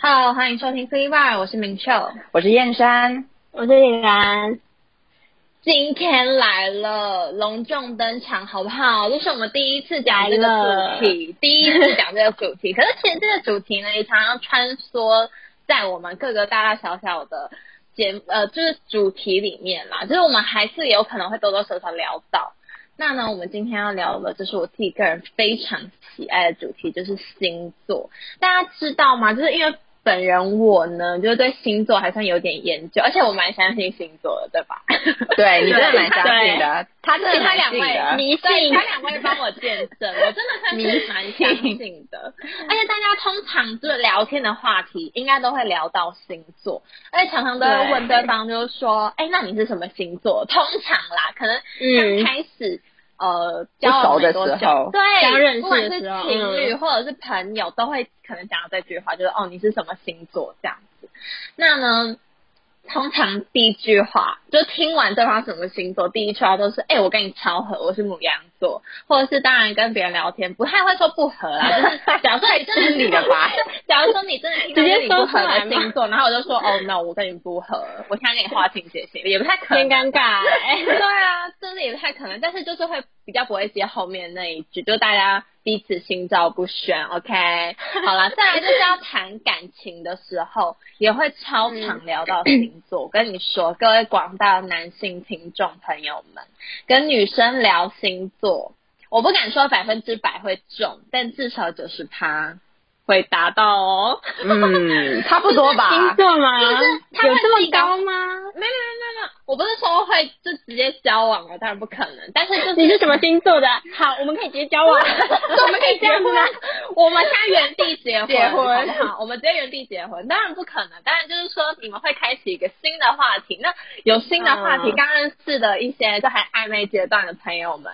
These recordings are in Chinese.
Hello，欢迎收听 C Y，我是明秀。我是燕山，我是李然，今天来了，隆重登场，好不好？这是我们第一次讲这个主题，第一次讲这个主题。可 是其实这个主题呢，也常常穿梭在我们各个大大小小的节呃，就是主题里面啦。就是我们还是有可能会多多少少聊到。那呢，我们今天要聊的，就是我自己个人非常喜爱的主题，就是星座。大家知道吗？就是因为本人我呢，就是对星座还算有点研究，而且我蛮相信星座的，对吧？对你真的对蛮相信的，他真其的他蛮两信位的，迷对，信他两位帮我见证，我真的算是蛮相信的。而且大家通常就是聊天的话题，应该都会聊到星座，而且常常都会问对方，就是说，哎、那你是什么星座？通常啦，可能刚嗯，开始。呃，交往没多久不熟的时候对，刚认识的不管是时候情侣或者是朋友，都会可能讲到这句话，就是哦，你是什么星座这样子。那呢，通常第一句话就听完对方什么星座，第一句话都是哎、我跟你超合，我是母羊座，或者是当然跟别人聊天不太会说不合 啦，就是假如说你真的心里的吧？假如说你真的听到直接跟你不说出合来的吗星座，然后我就说哦 no，我跟你不合，我现在给你划清界限，也不太可能真。尴尬 哎、对啊，真的也不太可能，但是就是会比较不会接后面那一句，就大家彼此心照不宣，OK？好 啦，再来就是要谈感情的时候，也会超常聊到星座。我跟你说，各位广大的男性听众朋友们，跟女生聊星座，我不敢说百分之百会中，但至少九十趴会达到哦。嗯， 差不多星吧。座吗？就是他有这会么提高高吗？没有没有没有没有，我不是说会就直接交往了，当然不可能，但是就是你是什么星座的？好，我们可以直接交往，我们可以结婚， 我们现在原地结婚，结婚好不好？我们直接原地结婚，当然不可能。当然就是说，你们会开启一个新的话题。那有新的话题，嗯刚认识的一些就还暧昧阶段的朋友们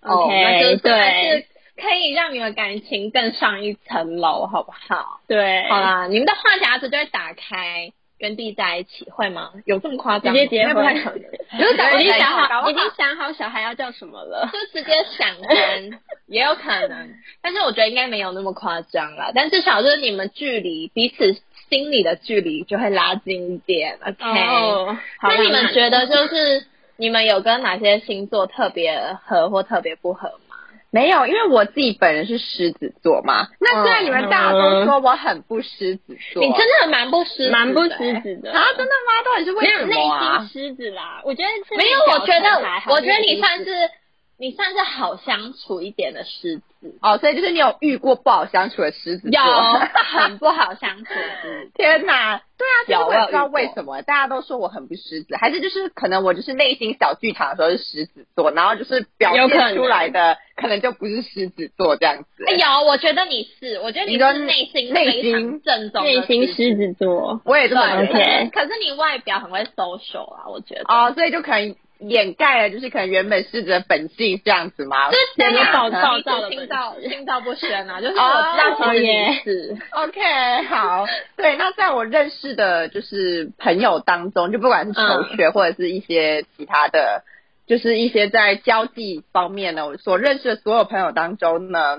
OK，那就是真的是哦对可以让你们感情更上一层楼，好不好？ 对，好啦，你们的话匣子就会打开。原地在一起会吗？有这么夸直张吗？接结应该不婚太可 能。，就是搞不好已经想搞不好，好已经想好小孩要叫什么了。就直接闪婚也有可 能，但是我觉得应该没有那么夸张啦。但至少就是你们距离彼此心里的距离就会拉近一点，OK？、哦那好浪漫，你们觉得就是你们有跟哪些星座特别合或特别不合吗？没有，因为我自己本人是狮子座嘛。嗯那虽然你们大家都说我很不狮子座，你真的蛮不狮子的欸，啊蛮不狮子的啊？真的吗？到底是为什么没有内啊心？狮子啦？我觉得是没有，我觉小孩得好我觉得你算内心狮子是你算是好相处一点的狮子，哦，所以就是你有遇过不好相处的狮子 有座？ 很不好相处的狮子。 天哪，对啊，其实有我也我有不知道遇过为什么大家都说我很不狮子，还是就是可能我就是内心小剧场的时候是狮子座，然后就是表有可能现出来的可能就不是狮子座这样子。哎有，我觉得你是，我觉得你你说是内心内非常心正宗的内心狮狮子座，我也这对么觉得。 OK 可是你外表很会 social 啊，我觉得。哦，所以就可能掩盖了，就是可能原本狮子的本性这样子吗？就是这样，暴躁你一直躁的心照本心照不宣啊，就是我哦知道其哦实耶你是， OK，好，对，那在我认识的就是朋友当中，就不管是求嗯学或者是一些其他的，就是一些在交际方面呢，我所认识的所有朋友当中呢，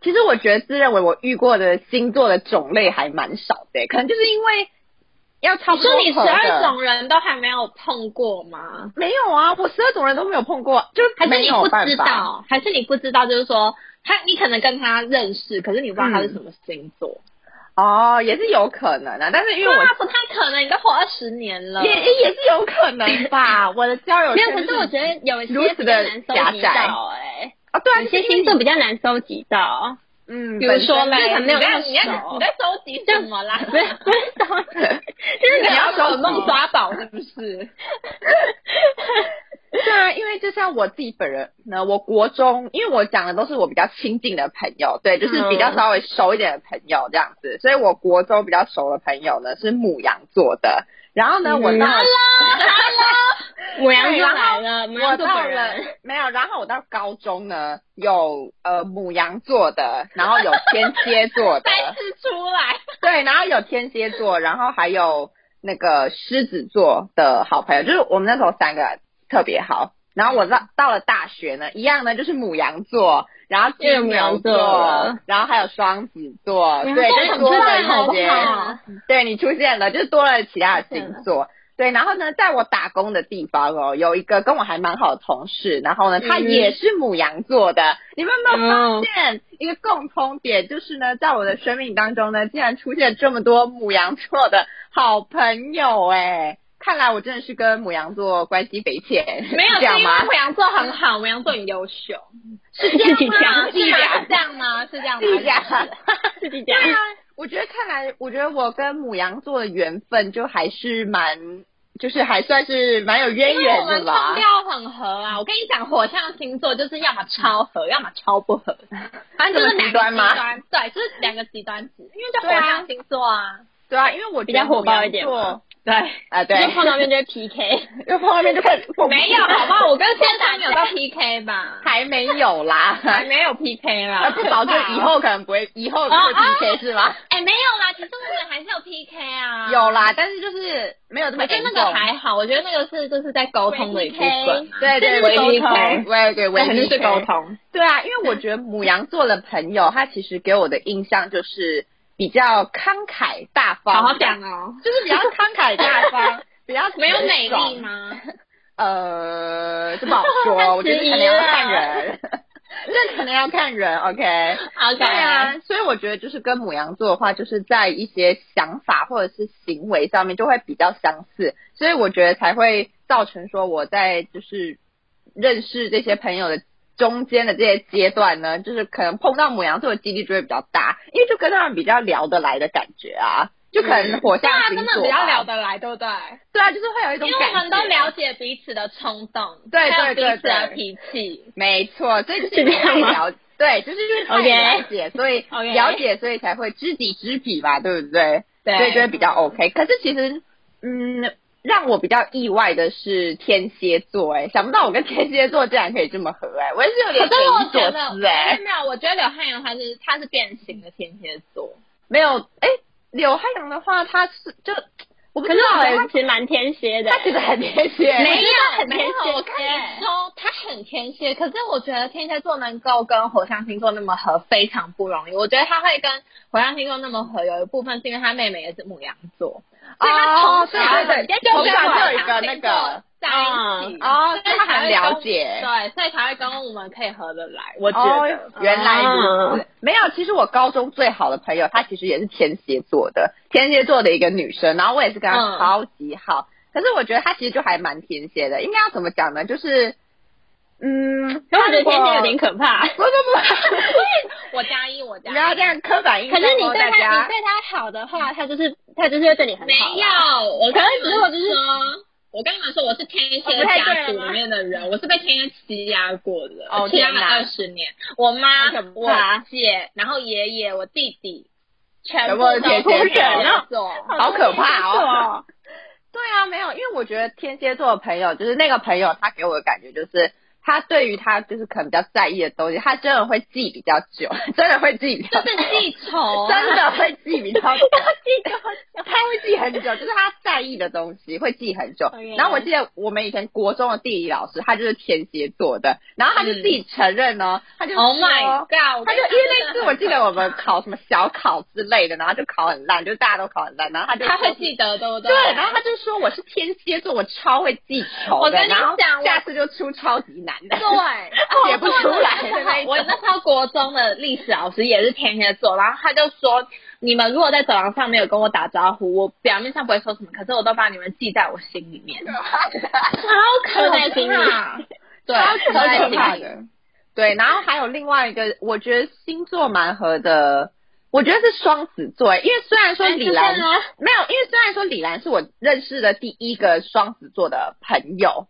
其实我觉得自认为我遇过的星座的种类还蛮少的，欸可能就是因为要差你不多说你十合的二种人都还没有碰过吗？没有啊，我十二种人都没有碰过，就还是没你有不办知法。道？还是你不知道？就是说他，你可能跟他认识，可是你不知道他是什么星座。哦，也是有可能啊，但是因为对我啊，不太可能，你都活二十年了。也也是有可能吧，我的交友没有。圈可就是我觉得有一些如此比较的难狭收集窄到，哎，啊，对啊，有就些是因为星座比较难收集 到。嗯，比如说嘞，就是很没有你在那么你在熟你在收集什么啦？不是不是什么， 就是你你要要手手弄弄抓宝是不是？对啊，因为就像我自己本人呢，我国中，因为我讲的都是我比较亲近的朋友，对，就是比较嗯稍微熟一点的朋友这样子，所以我国中比较熟的朋友呢是母羊座的，然后呢，我到嗯母羊座来了，母我羊座到本了人，没有，然后我到高中呢有呃母羊座的，然后有天蝎座的， 再次出来，对，然后有天蝎座，然后还有那个狮子座的好朋友，就是我们那时候三个特别好。然后我到到了大学呢，一样呢就是母羊座，然后金牛座，然后还有双子座，对，就是多了一些，对你出现了，就是多了其他的星座。对，然后呢，在我打工的地方哦，有一个跟我还蛮好的同事，然后呢，他也是母羊座的。嗯、你们有没 有发现一个共通点？就是呢，在我的生命当中呢，竟然出现这么多母羊座的好朋友哎！看来我真的是跟母羊座关系匪浅， 没有 这样吗？母羊座很好，母羊座很优秀，是这样吗？是这样吗？是这样吗？ 是这样吗？自己讲。 我觉得看来，我觉得我跟母羊座的缘分就还是蛮，就是还算是蛮有渊源的吧。调很合啊！我跟你讲，火象星座就是要么超合，要么超不合，反正就是两个极端嘛。对，就是两个极端值，因为叫火象星座啊。对啊，因为我比较火爆一点。对啊，对，碰到面就 PK，又碰到面 就开始 没有，好不好？我跟仙丹有到 PK 吧？ 还没 有啦，还没有 PK 啦。不保啊就以后可能不会，以后哦不会 PK 是吗？哎，没有啦，其实我们还是有 PK 啊。有啦，但是就是没有这么。我觉得那个还好，我觉得那个是就是在沟通的一部分，对对，微 PK，对对，肯定是沟通。对啊，因为我觉得母羊座的朋友，他其实给我的印象就是。比较慷慨大方，好好讲哦，就是比较慷慨大 方，比较没有美丽吗？呃，这不好 说，我觉得可能要看人，这可能要看 人，OK，对啊，所以我觉得就是跟母羊座的话，就是在一些想法或者是行为上面就会比较相似，所以我觉得才会造成说我在就是认识这些朋友的。中间的这些阶段呢，就是可能碰到母羊座的几率就会比较大，因为就跟他们比较聊得来的感觉啊，就可能火象座、啊嗯，星真的比较聊得来，对不对？对啊，就是会有一种因为我们都了解彼此的冲动，对对对对，彼此的脾气，没错，所以就是太了，对，就是因为太了解，所 以了解，所以才会知己知彼嘛，对不对？对，所以就会比较 OK。可是其实，嗯。让我比较意外的是天蝎座、欸，哎，想不到我跟天蝎座竟然可以这么合、欸，哎，我也是有点匪夷所思、欸，哎，没有，我觉得刘汉阳他是他是变形的天蝎座，没有，哎，刘汉阳的话他是就我不知道，哎，他其实蛮天蝎的，他其实很天 蝎，没有很天蝎，我跟你说他很天蝎，可是我觉得天蝎座能够跟火象星座那么合非常不容易，我觉得他会跟火象星座那么合，有一部分是因为他妹妹也是母羊座。哦，对对对，从小就有一个那个在一起，哦，所以他很了解，对，所以才会跟我们可以合得来。哦嗯我觉哦得原来如嗯此，没有。其实我高中最好的朋友，她其实也是天蝎座的，天蝎座的一个女生，然后我也是跟嗯她超级好，可是我觉得她其实就还蛮天蝎的。应该要怎么讲呢？就是。嗯，可我觉得天蝎有点可怕。不不 不，我加一，我加。不要这样刻板印哦象。可是你对他，你对他好的话，他就是他就是会对你很好。啊没有，我可是只是我就是，我跟你们说，我是天蝎家族里面的人，我是被天蝎欺压过的，哦欺压了二十年。我妈、我姐，然后爷爷、我弟弟，全部天蝎座，好可怕哦。对啊，没有，因为我觉得天蝎座的朋友，就是那个朋友，他给我的感觉就是。他对于他就是可能比较在意的东西，他真的会记比较久， 真的会记比较久， 就是记仇、啊， 真的会记比较久，记 他会记很久，就是他在意的东西会记很久。然后我记得我们以前国中的地理老师，他就是天蝎座的，然后他就自己承认哦，嗯、他就 Oh my God，他就因为那次我记得我们考什么小考之类的，然后就考很烂，就大家都考很烂，然后他就 他会记得对不对？对，然后他就说我是天蝎座，我超会记仇的，我跟你讲，下次就出超级难。 对， 写不出来的那我那时候国中的历史老师也是天蝎座，然后他就说，你们如果在走廊上没有跟我打招呼，我表面上不会说什么，可是我都把你们记在我心里 面，超 可怕，对，超可怕的。对，然后还有另外一个，我觉得星座蛮合的。我觉得是双子座，因为虽然哎说李兰、啊、没有，因为虽然说李兰是我认识的第一个双子座的朋友，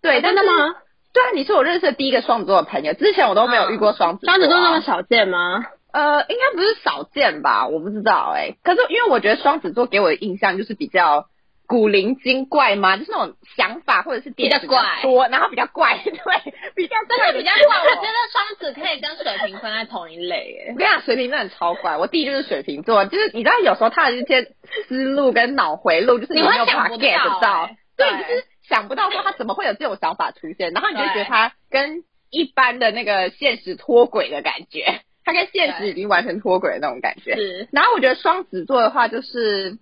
对，哦哎真的吗？对啊，你是我认识的第一个双子座的朋友，之前我都没有遇过双子、啊。双子座那么少见吗？呃，应该不是少见吧，我不知道哎、欸。可是因为我觉得双子座给我的印象就是比较古灵精怪嘛，就是那种想法或者是点比较怪多，然后比较怪， 对，比较真的比较怪。我觉得双子可以跟水瓶分在同一类 哎。对啊，水瓶真的超怪，我弟就是水瓶座，就是你知道有时候他的这些思路跟脑回路，就是你没有办法 get 到，哎对，就是。想不到说他怎么会有这种想法出现，然后你就觉得他跟一般的那个现实脱轨的感觉，他跟现实已经完全脱轨的那种感觉。是，然后我觉得双子座的话，就是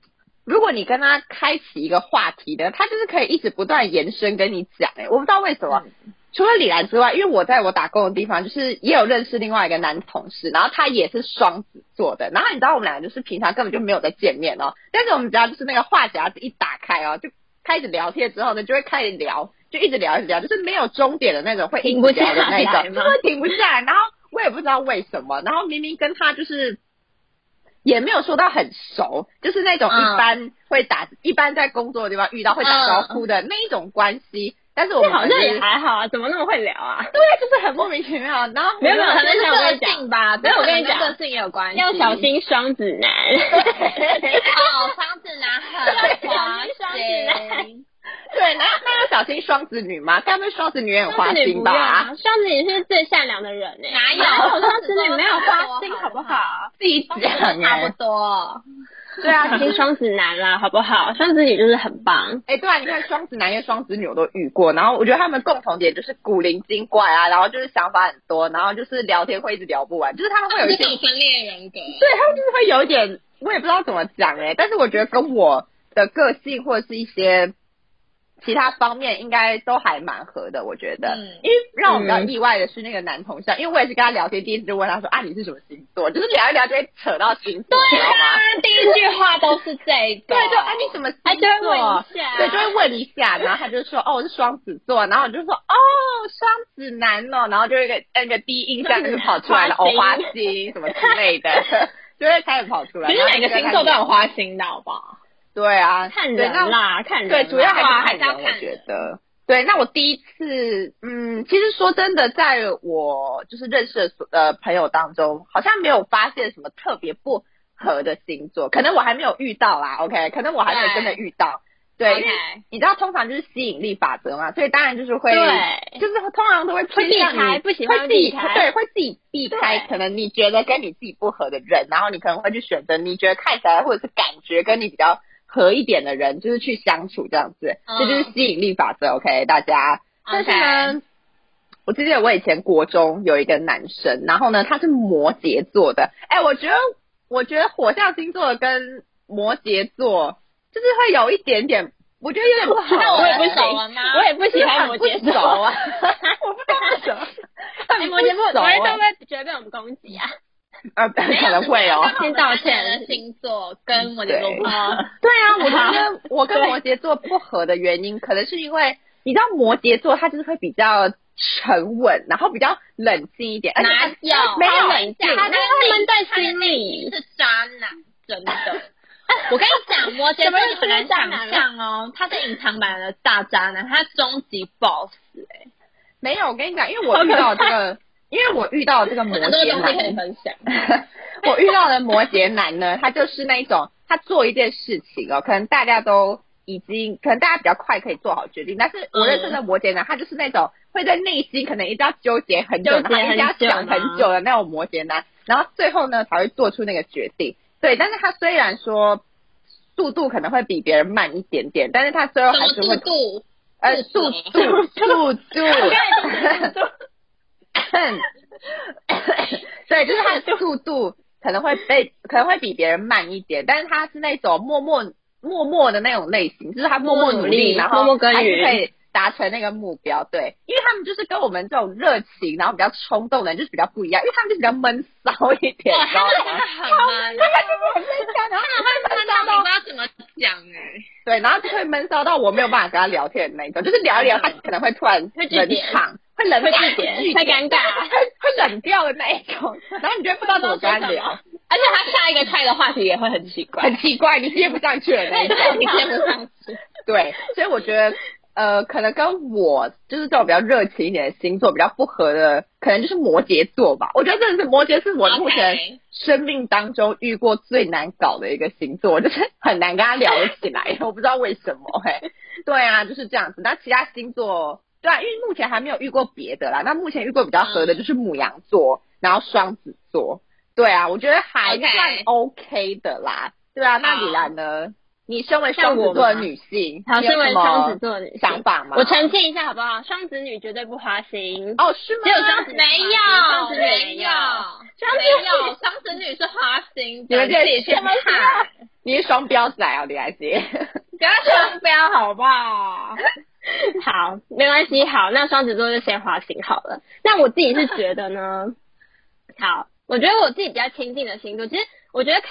如果你跟他开启一个话题的，他就是可以一直不断延伸跟你讲、欸。哎，我不知道为什么，嗯除了李兰之外，因为我在我打工的地方，就是也有认识另外一个男同事，然后他也是双子座的，然后你知道我们两个就是平常根本就没有在见面哦，但是我们只要就是那个话匣子一打开哦，就开始聊天之后呢，就会开始聊。就一直聊，一直聊，就是没有终点的那种，会停不下来的那种， 就是停不下来。然后我也不知道为什么，然后明明跟他就是也没有说到很熟，就是那种一般会打，嗯、一般在工作的地方遇到会打招呼的、嗯、那一种关系。但是我们好像也还好啊，怎么那么会聊啊？对，就是很莫名其妙。然后没有没有，可能我跟你讲吧，没有我跟你讲，个性也有关系，要小心双子男。哦，双子男 很小心双子男。 对，那那要小心双子女嘛，该不会双子女也很花心吧？双子女是最善良的人呢、欸，哪有 双子女没有啊花心，好不啊好？自己讲、欸，差不多。对啊，小心双子男啦，好不好？双子女就是很棒。哎、欸，对啊，你看双子男跟双子女我都遇过，然后我觉得他们共同点就是古灵精怪啊，然后就是想法很多，然后就是聊天会一直聊不完，就是他们会有一些分裂人格，对他们就是会有一点，我也不知道怎么讲哎，但是我觉得跟我的个性或者是一些。其他方面应该都还蛮合的，我觉得。嗯、因为让我比较意外的是那个男同事，嗯、因为我也是跟他聊天，第一次就问他说啊你是什么星座，就是聊一聊就会扯到星座，对啊，第一句话都是这个。对，就啊你什么星座？就会问一下，对，就会问一下，然后他就说哦我是双子座，然后我就说哦双子男哦，然后就一个那个第一印象就是跑出来了，哦花心什么之类的， 就会开始跑出来。其实每个星座都有花心的，好不好？对啊，看人啦，看人对，主要还是看啊人，我觉得。对，那我第一次，嗯，其实说真的，在我就是认识的呃朋友当中，好像没有发现什么特别不合的星座，可能我还没有遇到啦，OK，可能我还没有真的遇到。对，因为哎你知道，通常就是吸引力法则嘛，所以当然就是会，就是通常都会会避开不喜欢避开，对，会自己避开可能你觉得跟你自己不合的人，然后你可能会去选择你觉得看起来或者是感觉跟你比较。合一点的人，就是去相处这样子，这、嗯、就是吸引力法则。OK，大家。但是呢，我记得我以前国中有一个男生，然后呢，他是摩羯座的。哎、欸，我觉得，我觉得火象星座跟摩羯座就是会有一点点，我觉得有点不 好。那我也不啊行，我也不喜欢摩羯座啊。 我不知道为什么，欸、摩羯座，摩羯座啊会不会觉得被我们攻击啊？呃， 可能会哦。先道歉的星座跟摩羯座不合。对啊，我觉得我跟摩羯座不合的原因，可能是因为你知道摩羯座他就是会比较沉稳，然后比较冷静一点。哪有？没有冷静，他们在心里是渣男，真 的。我跟你讲，摩羯座很难想象哦，他是隐藏版的大渣男，他终极 boss 哎。没有，我跟你讲，因为我遇到这个。因为我遇到 这个摩羯男， 我遇到的摩羯男呢，他就是那一种，他做一件事情哦，可能大家都已经，可能大家比较快可以做好决定，但是我认识的摩羯男，他就是那种会在内心可能一定要纠结很久，然后一定要想很久的那种摩羯男，然后最后呢才会做出那个决定。对，但是他虽然说速度可能会比别人慢一点点，但是他最后还是会，呃，速度 速度。 对，就是他的速度可能会被可能会比别人慢一点，但是他是那种默默默默的那种类型，就是他默默努力，然后默默耕耘，可以达成那个目标。对，因为他们就是跟我们这种热情，然后比较冲动的人就是比较不一样，因为他们就比较闷骚一点，啊他们真的很闷，他们就是很闷骚，然后会闷骚到不知道怎么讲哎。对，然后就会闷骚到我没有办法跟他聊天的那种，就是聊一聊，他可能会突然冷场。会冷掉一点，太尴尬，会会冷掉的那一种，然后你就不知道怎么跟他聊，而且他下一个开的话题也会很奇怪，很奇怪，你接不上去了那一种，你接不上去。 对，所以我觉得，呃，可能跟我就是这种比较热情一点的星座比较不合的，可能就是摩羯座吧。我觉得真的是摩羯是我目前生命当中遇过最难搞的一个星座， 就是很难跟他聊得起来， 我不知道为什么、欸。哎，对啊，就是这样子。那其他星座。对啊，因为目前还没有遇过别的啦。那目前遇过比较合的就是母羊座，嗯、然后双子座。对啊，我觉得还算 OK 的啦。对啊，那李兰呢？你身为双子座的女性，好，你有身为什么双子座的女性想法吗？我澄清一下好不好？双子女绝对不花心，哦，是吗？只有双子没有双子，女没没有有，双没有，双子女是花心你的，们这自己去什么看，你是双标仔哦，李来 杰。不要双标好不好？ 好，没关系，好，那双子座就先花心好了。那我自己是觉得呢，好，我觉得我自己比较亲近的星座，其实我觉得看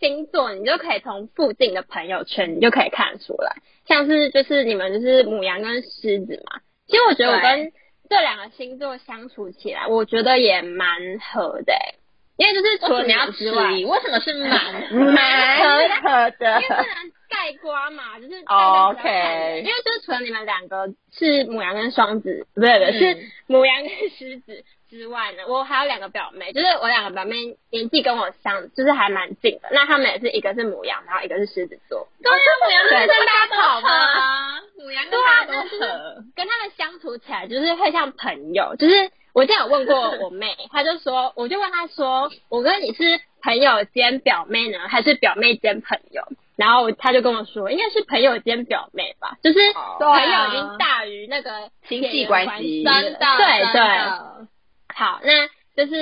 星座，你就可以从附近的朋友圈，你就可以看出来，像是就是你们就是母羊跟狮子嘛，其实我觉得我跟这两个星座相处起来，我觉得也蛮合的、欸，因为就是除为什了么要你哦之外质，疑？为什么是蛮？ 蛮可的 因为不能盖瓜嘛，就是大哦家比较看人 OK 因为就是除了你们两个是母羊跟双子，不对不对，嗯是母羊跟狮子之外呢，我还有两个表妹，就是我两个表妹年纪跟我相，就是还蛮近的。那她们也是一个是母羊，然后一个是狮子座，对啊，母羊跟大家都好吗？母羊跟大家都合，跟他们相处起来就是会像朋友。就是我之前有问过我妹，她就说，我就问她说，我跟你是朋友兼表妹呢，还是表妹兼朋友？然后她就跟我说，应该是朋友兼表妹吧，就是哦朋友已经大于那个亲血戚缘关啊关系真的，对真对。的好，那就是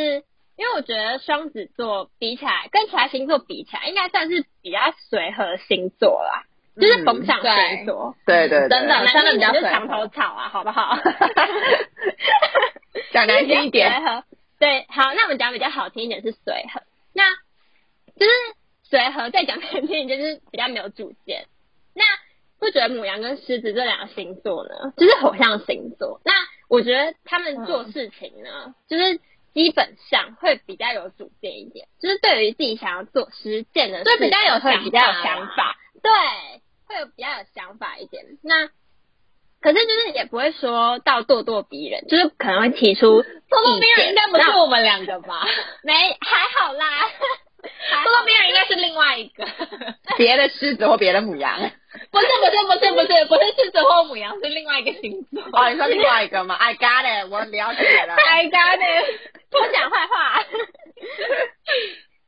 因为我觉得双子座比起来，跟其他星座比起来，应该算是比较随和星座啦，就是逢场对星座。对对对，真的男真的比你较就随墙和头草啊，好不好？ 讲难听一点，随和。对， 好，那我们讲比较好听一点是随和，那就是随和，再讲难听一点就是比较没有主见。那不觉得母羊跟狮子这两个星座呢，就是火象星座？那我觉得他们做事情呢，就是基本上会比较有主见一点，就是对于自己想要做实践的事就情，比较有会想比较有法想啦法，对，会有比较有想法一点。那可是就是也不会说到咄咄逼人，就是可能会提出嗯咄咄逼人应该不意是见我们两个吧？那没还好 啦，咄咄逼人应该是另外一个，不别的狮子或别的母羊。是不是不是不是不是狮子或母羊，是另外一个星座。哦，你说另外一个吗？I got it，我了 解了。 I got it。多讲坏话。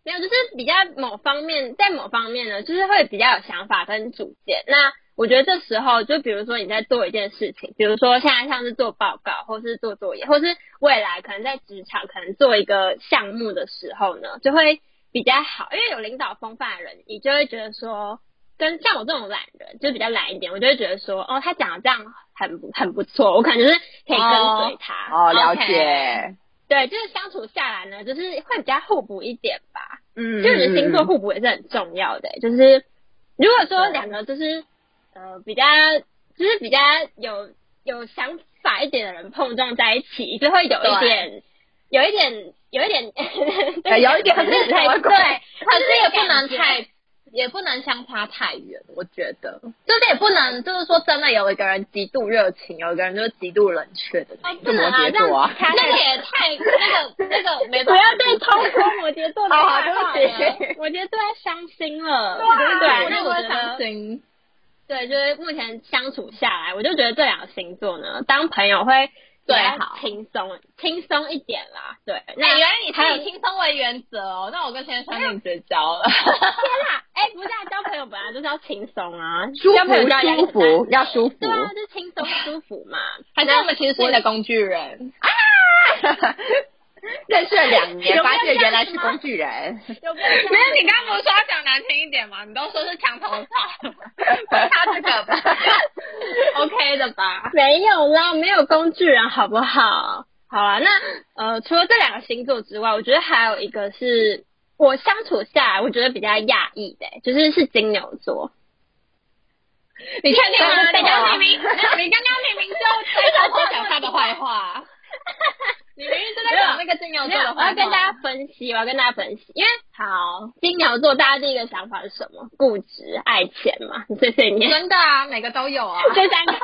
没有，就是比较某方面，在某方面呢，就是会比较有想法跟主见。那我觉得这时候，就比如说你在做一件事情，比如说现在像是做报告，或是做作业，或是未来可能在职场可能做一个项目的时候呢，就会比较好，因为有领导风范的人，你就会觉得说，跟像我这种懒人，就比较懒一点，我就会觉得说，哦，他讲的这样很不很不错，我可能就是可以跟随他。哦，了 OK 解。对，就是相处下来呢，就是会比较互补一点吧。嗯，就是你的星座互补也是很重要的、欸就是如果说对啊两个就是呃比较就是比较有有想法一点的人碰撞在一起，就会有一对点有一点有一 点对有一点可是太什么鬼 对，可是也有不点能感觉太，也不能相差太远，我觉得，就是也不能，就是说真的有一个人极度热情，有一个人就是极度冷却的，哎不是能摩啊，羯这样座啊差那太个也太那个那个没不办法，要对超说摩羯座的好话哎好了，对不起摩羯座要伤心了，对啊对不对？那那我我觉觉得得心，对，就是目前相处下来，我就觉得这两个星座呢，当朋友会比较最好轻松轻松一点啦。对，那那原来你还有是以轻松为原则哦，那我跟先生定绝 交了。天啦，哎、不是、啊、交朋友本来就是要轻松啊，舒交朋友就要压力服，舒很大服，要舒服对。啊，就是轻松舒服嘛。还是我们其实是你的工具人，啊 认识了两年，有没有发现原来这是样子吗工具人。有没有这样没有，你刚刚不是说要讲难听一点吗？你都说是墙头草， 他这个 吧，OK 的吧？ 没有啦，没有工具人，好不好？好啊，那呃，除了这两个星座之外，我觉得还有一个是我相处下来，我觉得比较讶异的、就是是金牛座。你确定吗？对啊你刚对明 明，你刚刚明明就在偷偷讲他的坏 话，你明明就在讲那个金牛座没有，的我坏要跟大话。家分析，我要跟大家分析，因为好，金牛座大家第一个想法是什么？固执、爱钱嘛， 碎碎念，真的啊，每个都有啊。这 三个。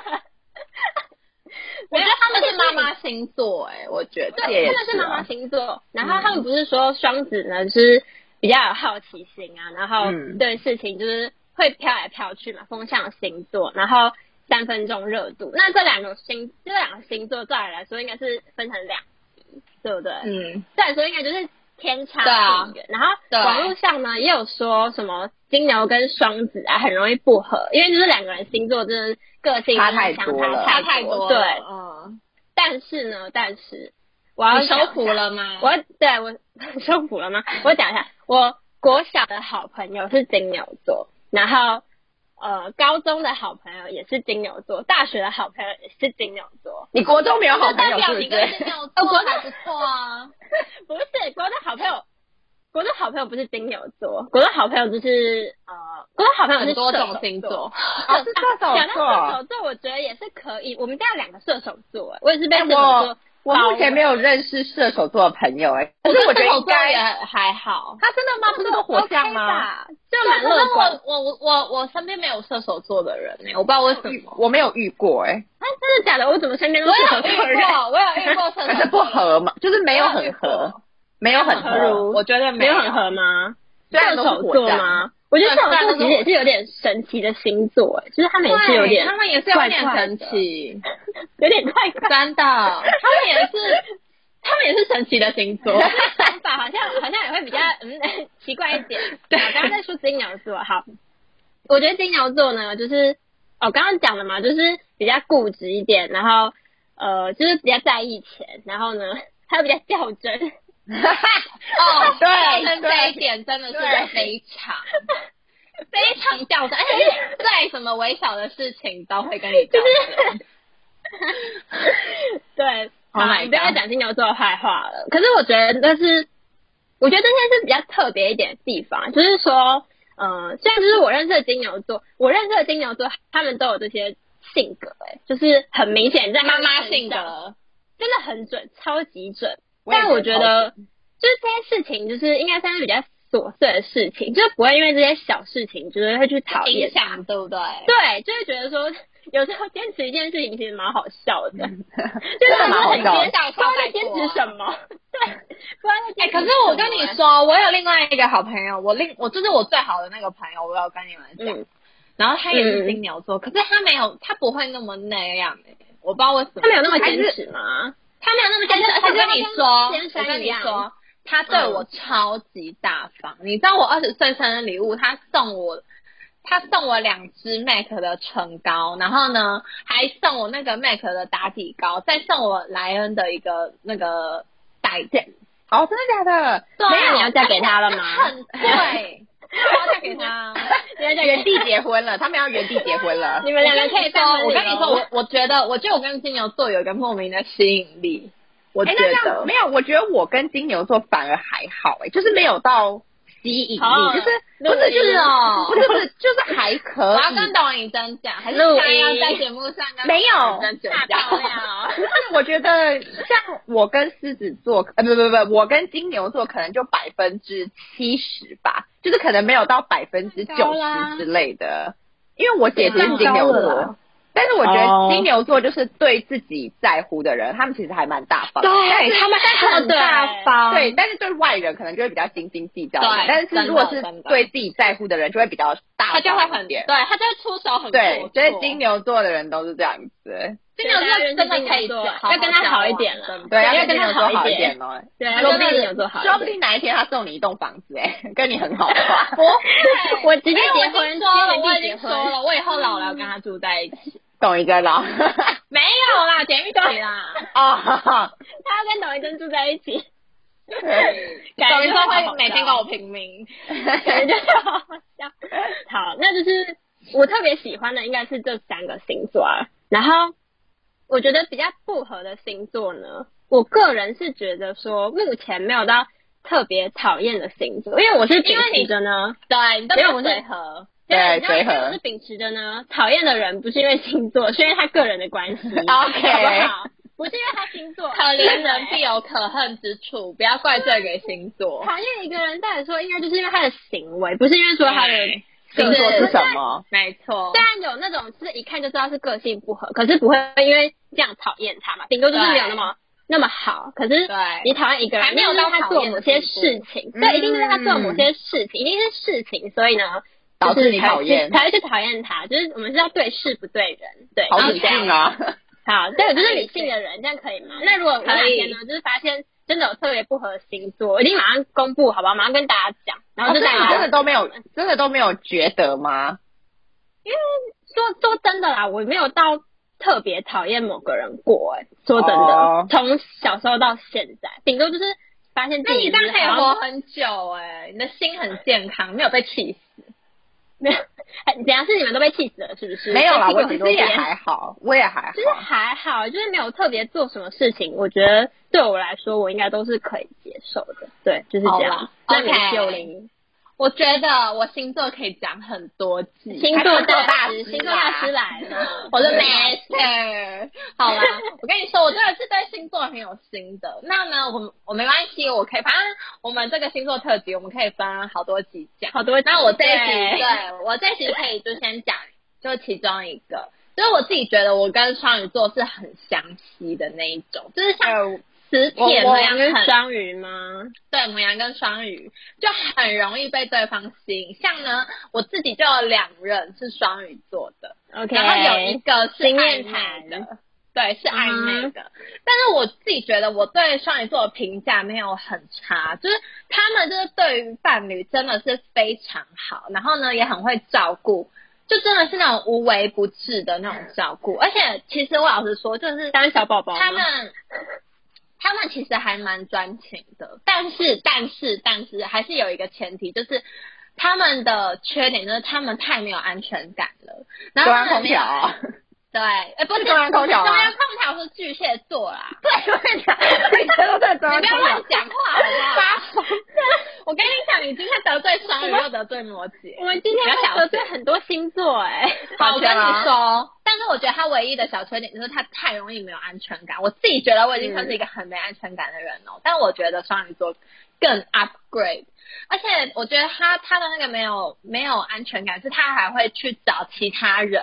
我觉得他们是妈没有妈星座，哎，我觉得。对，也他们是是妈啊妈嗯星座，然后他们不是说双子呢就是比较有好奇心啊，然后嗯对事情就是会飘来飘去嘛，风象星座，然后三分钟热度。那这两个星，这两个星座照理来说应该是分成两级，对不对？嗯，照理说应该就是天差对啊地远。然后对网络上呢也有说什么金牛跟双子啊很容易不合，因为就是两个人星座真的个性差真的太相多差了差太太多多对，了嗯，但是呢，但是我要你收讲服一下了吗我对我 收服了吗？我讲一下，我国小的好朋友是金牛座，然后呃，高中的好朋友也是金牛座，大学的好朋友也是金牛座。你国中没有好朋代友表是不你跟金是？牛座还不错啊。不是国中好朋友，国中好朋友不是金牛座，国中好朋友就是呃，国中好朋友是很多射种手星座。座，啊，是射手讲到射座。手座，我觉得也是可以。我们家有两个射手座，我也是被哎射手座我目前没有认识射手座的朋友哎、可是我 觉得射手应座也该还好。他真的吗？不是都火象吗？？啊就对，蛮可是乐观的我我我我我身边没有射手座的人呢、欸我不知道为什么。我没有遇过哎、啊，真的假的？我怎么身边都我是有合作遇人？过，我有遇过射可手是不座，合嘛，就是没有我有很遇过合，没有很没有很合合，我觉得没有有很合吗？虽然射都是手火座象吗？我觉得射手座其实也是有点神奇的星座，哎，就是他们也是有对，点他们也是有点怪怪神的奇，有点怪怪，真的，他们也是，他们也是神奇的星 座。 想法好像好像也会比较嗯奇怪一点。对好刚刚在说金牛座，好，我觉得金牛座呢，就是哦刚刚讲的嘛，就是比较固执一点，然后呃就是比较在意钱，然后呢还有比较较真。哦，对但这一点真的是对非常 非常较真，而且在什么微小的事情都会跟你较真。 对， Oh 好 my 你不要再 God 讲金牛座的坏话了。可是我觉得，但是我觉得这件事比较特别一点的地方，就是说，呃，虽然就是我认识的金牛座，我认识的金牛座，他们都有这些性格、欸，就是很明显在妈妈他们身性上，格，真的很准，超级准。我也但我觉超得，就是这些事情，就是应该算是比较琐碎的事情，就是不会因为这些小事情，就是会去讨影厌响对不对？对，就会觉得说，有时候坚持一件事情其实蛮好笑的，就是真的很蛮好笑的坚持，不知道在坚持什么。 对，不知道在哎、坚持可是我跟你什么，说，我有另外一个好朋友，我另我就是我最好的那个朋友，我有跟你们讲，嗯，然后他也是嗯金牛座，可是他没有，他不会那么那样、欸，我不知道为什么，他没有那么还坚是持吗？他没有那么坚持，他而就且我跟你说，他就跟先我生跟一你样说，他对我超级大方。你知道我二十岁生日礼物，他送我，他送我两支 MAC 的唇膏，然后呢，还送我那个 MAC 的打底膏，再送我莱恩的一个那个带子。 哦，真的假的？对没有你要嫁给他了吗很贵， 我要嫁给他。你要在原地结婚了，他们要原地结婚了。你们两个可以说，办 婚我礼跟你了说，我我觉得，我觉得我跟金牛座有一个莫名的吸引力， 我觉哎、那这得样没有，我觉得我跟金牛座反而还好、哎，就是没有到吸引力，好就是录不是就音是啊哦不是不是，就是还我可要以。跟董颖珍讲，还是录他要音在节目上跟没有董颖珍大 讲漂亮哦，就是我觉得像我跟狮子座，呃，不不不，我跟金牛座可能就百分之七十吧，就是可能没有到百分之太高九啦十之类的。因为我姐是金牛太高了啦座，但是我觉哦得金牛座就是对自己在乎的人，他们其实还蛮大方的。对他们很大方对，但是对外人可能就会比较斤斤计较一点对，但是如果是真的真的对自己在乎的人，就会比较大他就会方很一对，点。他就会出手很对做，所以作金牛座的人都是这样子。金牛啊座真的可以金牛座好好要跟他交好一往点了 真的对，对要要跟跟金他牛座好好一一点点哦。对，说要不跟定金牛座好一点，说不定哪一天他送你一栋房子、哎，跟你很好的 话，哦不我直接因为结我已婚，经说了，我已原地结经说婚。了，我以后老了要跟他住在一起。懂一个 啦。 没有啦，简玉姐啦，哦，他要跟董一珍住在一起，感等于觉就说好会每天跟搞我平民。感觉就好笑。好，那就是我特别喜欢的应该是这三个星座啊。然后我觉得比较不合的星座呢，我个人是觉得说目前没有到特别讨厌的星座，因为我是秉持着呢，对，你都因为我不是随和。对你知道随和因为我是秉持着呢，讨厌的人不是因为星座，是因为他个人的关系 OK 好不好？不是因为他星座，可怜人对必有可恨之处，不要怪罪给星座。讨厌一个人，到底说应该就是因为他的行为，不是因为说他的对星座就是什么？没错虽，然有那种就是一看就知道是个性不合，可是不会因为这样讨厌他嘛，顶多就是没有那么那么好。可是对你讨厌一个人，还没有一定到是他讨做厌某的地些步事情，嗯对，一定是他做某些事情，一定是事情，所以呢，导就是致你才会讨厌才会去讨厌他。就是我们是要对事不对人，对，好然后理性啊！好，对，我就是理性的人，这样可以吗？那如果我哪天呢，就是发现真的有特别不合星座，我一定马上公布，好吧？马上跟大家讲，然后哦就所大以你家、真的都没有，真的都没有觉得吗？因为说说真的啦，我没有到特别讨厌某个人过、哎，说真的哦，从、小时候到现在，顶多就是发现自那己你这样可以好像活很久哎、你的心很健康，没有被气死。没有，哎怎样是你们都被气死了是不是？没有啦，被气我其过很实多也遍还好，我也还就是好。还好，就是没有特别做什么事情，我觉得对我来说，我应该都是可以接受的。对，就是这好样啦。那你 OK 秀玲，我觉得我星座可以讲很多集，星座大大师，嗯星星座座大大师师来了，我的对啊 master。好 啦，我跟你说，我真的是对星座很有心得。那呢，我我没关系，我可以，反正我们这个星座特辑，我们可以分好多集讲。好多集。那我这一集，对对我这一集可以就先讲，就其中一个，就是我自己觉得我跟双鱼座是很相吸的那一种，就是像呃磁我铁我那样跟很双鱼吗？对，母羊跟双鱼就很容易被对方吸引。像呢，我自己就有两人是双鱼座的 OK，然后有一个是经验暧昧谈嗯的，对，是暧昧的。但是我自己觉得我对双鱼座的评价没有很差，就是他们就是对于伴侣真的是非常好，然后呢也很会照顾。就真的是那种无微不至的那种照顾，而且其实我老实说，就是当小宝宝吗，他们他们其实还蛮专情的，但是但是但是还是有一个前提，就是他们的缺点就是他们太没有安全感了。然中后央他空们没有调啊， 对，哎不是是中央空调吗啊中央空调是巨蟹座啦。 对，我跟你讲，你真的在中你央不要啊乱空调。讲话好不 好？ 我跟你讲，你今天得罪双鱼又得罪摩我羯。们今天你要小要得罪很多星座哎。 好，我跟你抱歉说，但是我觉得他唯一的小缺点就是他太容易没有安全感。我自己觉得我已经算是一个很没安全感的人嗯哦，但我觉得双鱼座更 upgrade，而且我觉得他他的那个没有没有安全感，是他还会去找其他人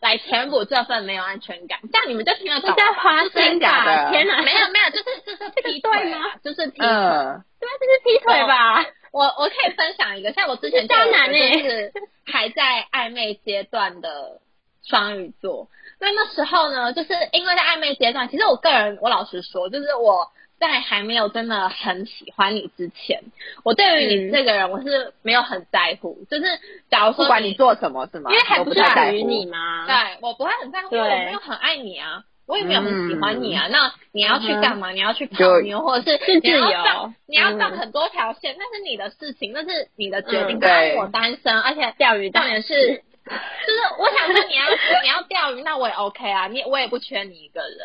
来填补这份没有安全感。这样你们就听得这懂吗？叫花真心的假吧？的天哪，没有没有，就是就是劈腿对吗啊？就是劈腿。嗯，对啊，这是劈腿吧？我我可以分享一个，像我之前就有一欸个就是还在暧昧阶段的双鱼座，那那时候呢，就是因为在暧昧阶段，其实我个人我老实说，就是我在还没有真的很喜欢你之前，我对于你这个人我是没有很在乎，就是假如说嗯不管你做什么是吗？因为还我不不是太在属于乎你吗？对我不会很在乎，因为对我没有很爱你啊，我也没有很喜欢你啊。那你要去干嘛？你要去泡嗯就妞，或者是是你要自由上你要上嗯很多条线，那是你的事情，那是你的决定。嗯但对是我单身，而且钓鱼重大点是，就是我想说你要 你要钓鱼，那我也 OK 啊，你我也不缺你一个人。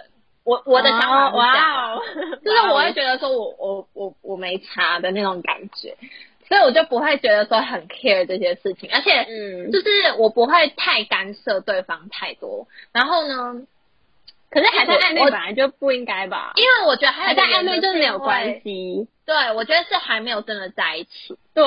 我我的想法哦是这样哇哦，就是我会觉觉得说我我我我没差的那种感觉，所以我就不会觉得说很 care 这些事情，而且得嗯，就是我不会太干涉对方太多。然后呢，可是还在暧昧我本来就不应该吧？因为我觉得还还有在暧昧就没有系。关系。对，我觉得是还没有真的在一起。对，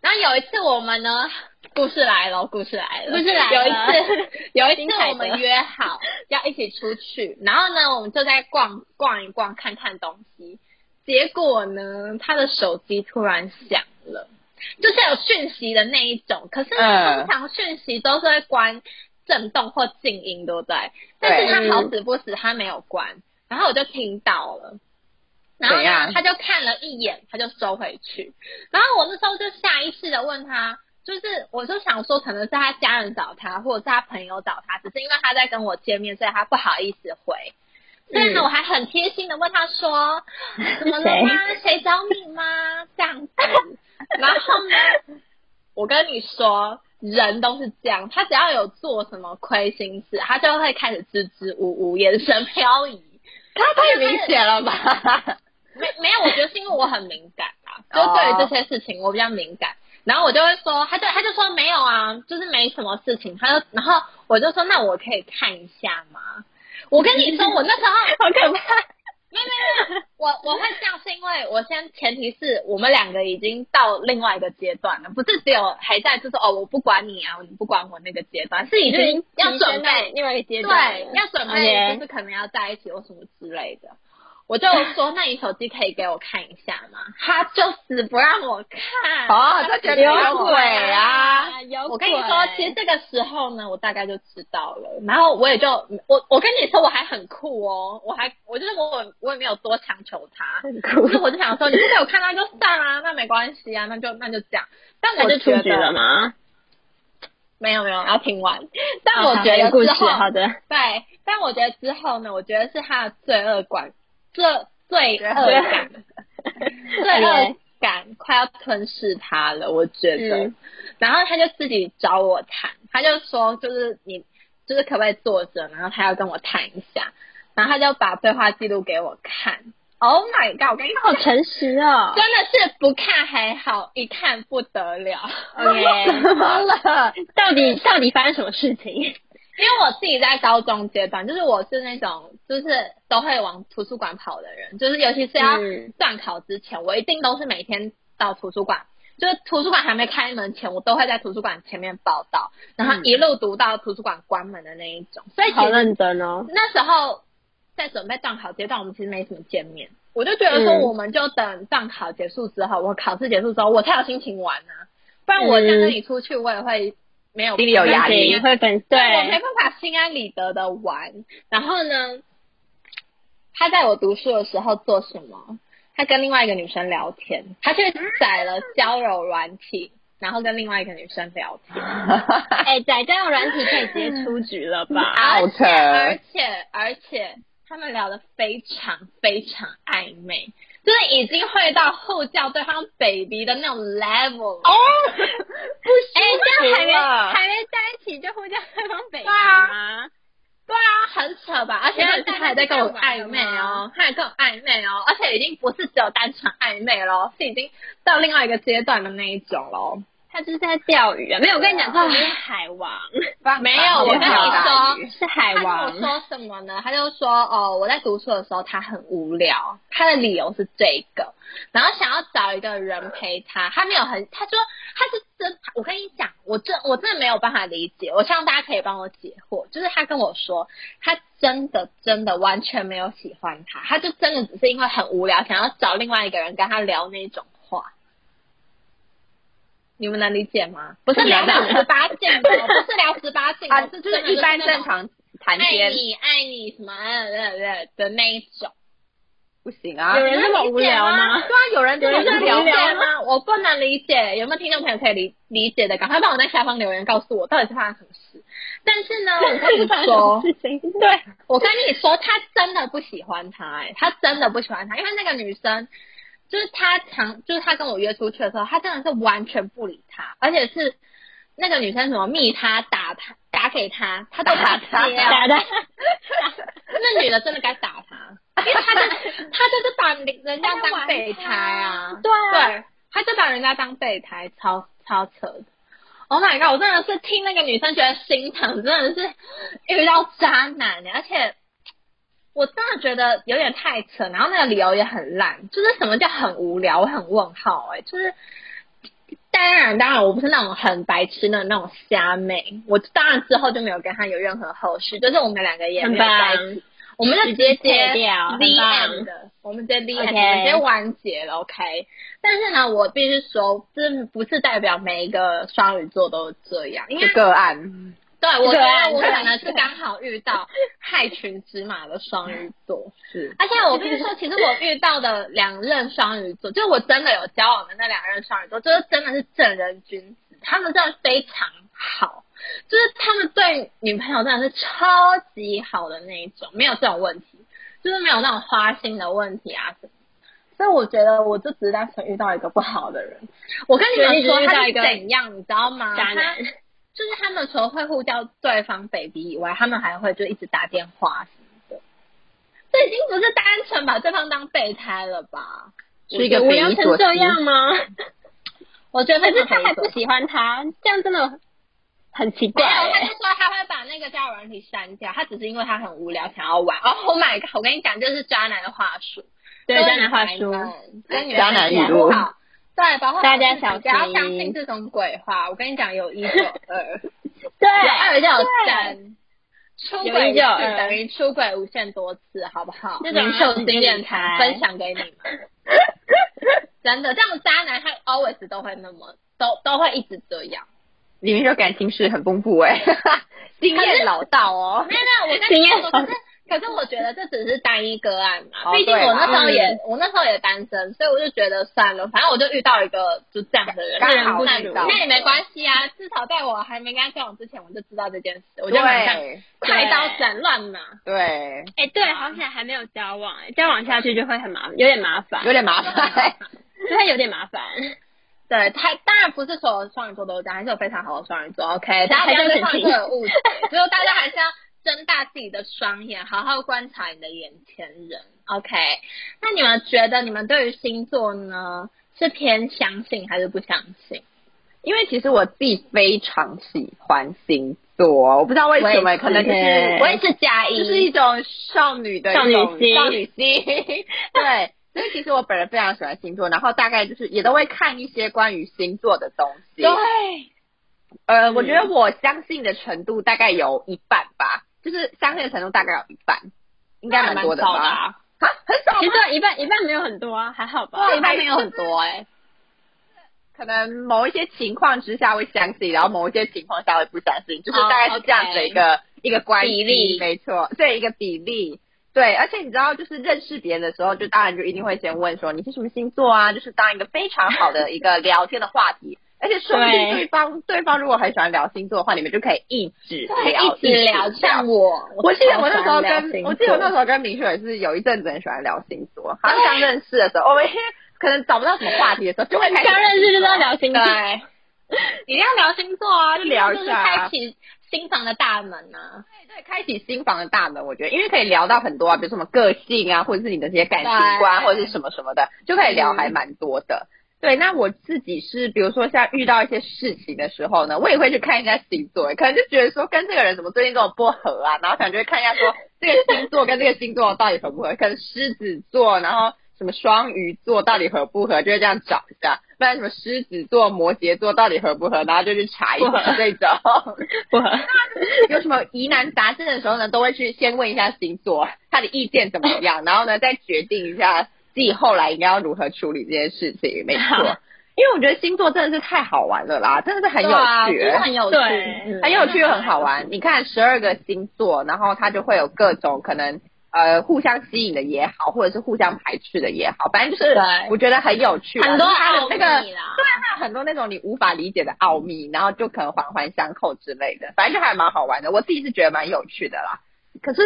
然后有一次我们呢，故事来了，故事来了，故事来了有一次，有一 精次彩的我 们约好 要一起出去，然后呢，我们就在逛逛一逛，看看东西。结果呢，他的手机突然响了，就是有讯息的那一种。可是呢，通嗯常讯息都是会关震动或静音，对不对？但是对他好死不死，他没有关，然后我就听到了。然后怎样呢，他就看了一眼，他就收回去。然后我那时候就下意识的问他，就是我就想说，可能是他家人找他，或者是他朋友找他，只是因为他在跟我见面，所以他不好意思回。所以呢，嗯我还很贴心的问他 说：“怎么了吗？谁找你吗？”这样子。然后呢，我跟你说，人都是这样，他只要有做什么亏心事，他就会开始支支吾吾，眼神飘移。他太明显 了吧？没没有，我觉得是因为我很敏感 啊，就哦对于这些事情我比较敏感。然后我就会说，他就他就说没有啊，就是没什么事情。他就然后我就说，那我可以看一下吗？我跟你说，我那时候 好可怕，没有没有没有，我我会这样是因为我先前提是我们两个已经到另外一个阶段了，不是只有还在就是哦我不管你啊，你不管我那个阶段，是已已经经要提升准到备另外一个阶段了，哎对，要准备 OK 就是可能要在一起或什么之类的。我就说，那你手机可以给我看一下吗？他就死不让我看。哦，他觉得有鬼啊！有我跟你说，其实这个时候呢，我大概就知道了。然后我也就我我跟你说，我还很酷哦，我还我就是我我也没有多强求他，酷可是我就想说，你不给我看到就算啦、那没关系啊，那 就那就这样。但那我就觉出得局了吗？没有没有，要听完。但我觉得好好啊故之事后，好的，对，但我觉得之后呢，我觉得是他的罪恶感，罪罪恶感，罪恶感快要吞噬他了，我觉得。嗯然后他就自己找我谈，他就说就是你就是可不可以坐着，然后他要跟我谈一下，然后他就把对话记录给我看。Oh my god！我跟你好讲，诚实哦。真的是不看还好，一看不得了。 OK，怎么了？到底到底发生什么事情？因为我自己在高中阶段，就是我是那种就是都会往图书馆跑的人，就是尤其是要嗯断考之前，我一定都是每天到图书馆，就是图书馆还没开门前，我都会在图书馆前面报到，嗯然后一路读到图书馆关门的那一种。所以其好实认真 哦。那时候在准备断考阶段，我们其实没什么见面。我就觉得说，嗯我们就等断考结束之后，我考试结束之后，我才有心情玩啊，不然我这样跟你出去，我也会没有嗯心里有压力没有会粉对我没对，办法心安理得的玩。然后呢，他在我读书的时候做什么？他跟另外一个女生聊天，他去载了交友软体，然后跟另外一个女生聊天，哎，仔这样软体可以直接出局了 吧？而 Out 且而且而且他们聊的非常非常暧昧，就是已经会到互叫对方 baby 的那种 level 哦，哎，这样还没啊还没在一起就互相对方北吗？对啊，很扯吧？而且那他他还还在在跟跟我我暧暧昧昧哦哦，他还跟我暧昧哦，而且已经不是只有单纯暧昧咯，是已经到另外一个阶段的那一种咯。他就是在钓鱼啊！没有，我跟你讲，这啊不是海王，没有我跟你说是海他跟王我。说什么呢？他就说哦，我在读书的时候他很无聊，他的理由是这个，然后想要找一个人陪他。他没有很，他说他是真，我跟你讲，我真我真的没有办法理解，我希望大家可以帮我解惑。就是他跟我说，他真的真的完全没有喜欢他，他就真的只是因为很无聊，想要找另外一个人跟他聊那种话。你们能理解吗？不是聊到十八禁的哦，不是聊十八禁的， 啊，是就真的是一般那种正常谈爱天你爱你什么呃呃呃的那一种，不行啊有。人那么无聊吗吗对？啊，有人这么能无聊理解吗？吗？我不能理解，有没有听众朋友可以理理解的？赶快帮我在下方留言告诉我，到底是发生什么事。但是呢，我跟你说，对，我跟你说，他真的不喜欢他、欸，他真的不喜欢他，因为那个女生就是他常就是他跟我约出去的时候，他真的是完全不理他，而且是那个女生什么密他打他打给他，他都把他接哦打的 那女的真的该打他，因为他就他就是把人家当备胎啊，对啊对，他就把人家当备胎，超超扯的。Oh my god！我真的是听那个女生觉得心疼，真的是遇到渣男，欸而且我真的觉得有点太扯。然后那个理由也很烂，就是什么叫很无聊，我很问号哎、就是。当然，当然，我不是那种很白痴的那种虾妹，我当然之后就没有跟他有任何后续，就是我们两个也没有很在一起棒。我们就直接接直接退掉 V 很棒 M 的，我们直接 V M，直 OK 接完结了，OK。但是呢，我必须说，这不是代表每一个双鱼座都这样，因为是个案，对我觉对得啊我对可能是刚好遇到害群之马的双鱼座。是而且我跟你 说，其实我遇到的两任双鱼座，就是我真的有交往的那两任双鱼座，就是真的是正人君子，他们真的非常好，就是他们对女朋友真的是超级好的那一种，没有这种问题，就是没有那种花心的问题啊什么。所以我觉得我就只是单纯遇到一个不好的人。我跟你们说，对你只是遇他到是一个怎样，你知道吗？渣他男就是他们除了会呼叫对方 baby 以外，他们还会就一直打电话什么的。这已经不是单纯把对方当备胎了吧？是一个无匪聊夷成所思这样吗？我觉得可是这他还没不喜欢他，这样真的很奇怪有，他就欸。说他会把那个交友软体删掉，他只是因为他很无聊想要玩。哦、oh my god！我跟你讲，这是渣男的话术，对，各位渣男话女术孩，们，跟女渣孩男子语保护录 好。对，保护好大家自己小不要心相信 这种鬼话。我跟你讲，有一就有二，有对，二就有对三，出有轨一一次就有二等于出轨无限多次，好不好？这种领袖案例经验理财分享给你 们。真的，这样渣男他 always 都会那么，都都会一直这样。里面就感情史很丰富哎、经验老道哦。没有没有，我跟经你验说，可是可是我觉得这只是单一个案嘛，哦毕竟我那时候对也啦我那时候也单身，所以我就觉得算了，反正我就遇到一个就这样的人，刚那好那遇到那也没关系啊，至少在我还没跟他交往之前，我就知道这件事，我就马上对快刀斩乱麻。对，哎、对，好险还没有交往、哎，交往下去就会很麻，有点麻烦，有点麻 烦。就会有点麻烦。对，他当然不是所有双鱼座都是这样，还是有非常好的双鱼座。OK，大家不要还是对很双鱼清座有误解，只有大家还是要睁大自己的双眼，好好观察你的眼前人。OK，那你们觉得你们对于星座呢，是偏相信还是不相信？因为其实我自己非常喜欢星座，我不知道为什我么，也是可能就是对我也是加一，就是一种少女的少一女种心少女心。 对，所以其实我本人非常喜欢星座，然后大概就是也都会看一些关于星座的东西。对，呃，我觉得我相信的程度大概有一半吧，就是相信的程度大概有一半，应该蛮多的少的吧？啊，啊，很少其吗？实一半一半没有很多啊，还好吧哇，。一般没有很多哎、可能某一些情况之下会相信，然后某一些情况下会不相信，哦就是大概是这样子的一个、一个关比系例没错，对一个比例。对，而且你知道，就是认识别人的时候，就当然就一定会先问说你是什么星座啊，就是当一个非常好的一个聊天的话题。而且说不定对对方对方如果很喜欢聊星座的话，你们就可以一直聊，一直聊，像我，我记得我那时超候喜欢聊跟星我记得我那座时候跟明秀也是有一阵子很喜欢聊星座，好像刚认识的时候，我们可能找不到什么话题的时候，就会开始刚认识就知道聊星 座，对，一定要聊星座啊，就聊一星座就下是开啊启新房的大门啊。对，开启新房的大门，我觉得，因为可以聊到很多啊，比如说什么个性啊，或者是你的这些感情观，对或者是什么什么的，就可以聊还蛮多的。对，那我自己是，比如说像遇到一些事情的时候呢，我也会去看一下星座，可能就觉得说跟这个人怎么最近跟我不合啊，然后想就会看一下说这个星座跟这个星座到底合不合，可能狮子座，然后什么双鱼座到底合不合，就会这样找一下，不然什么狮子座、摩羯座到底合不合，然后就去查一不合下这种。不合有什么疑难杂症的时候呢，都会去先问一下星座他的意见怎 么样，然后呢再决定一下自己后来应该要如何处理这件事情。没错 好，因为我觉得星座真的是太好玩了啦，真的是很有对啊趣、就是很有趣，对嗯很有趣又很好玩。你看十二个星座，然后它就会有各种可能。呃，互相吸引的也好，或者是互相排斥的也好，反正就是对我觉得很有趣啊、很多就是它的奥那秘个啦。看很多那种你无法理解的奥秘，然后就可能环环相扣之类的，反正就还蛮好玩的。我自己是觉得蛮有趣的啦。可是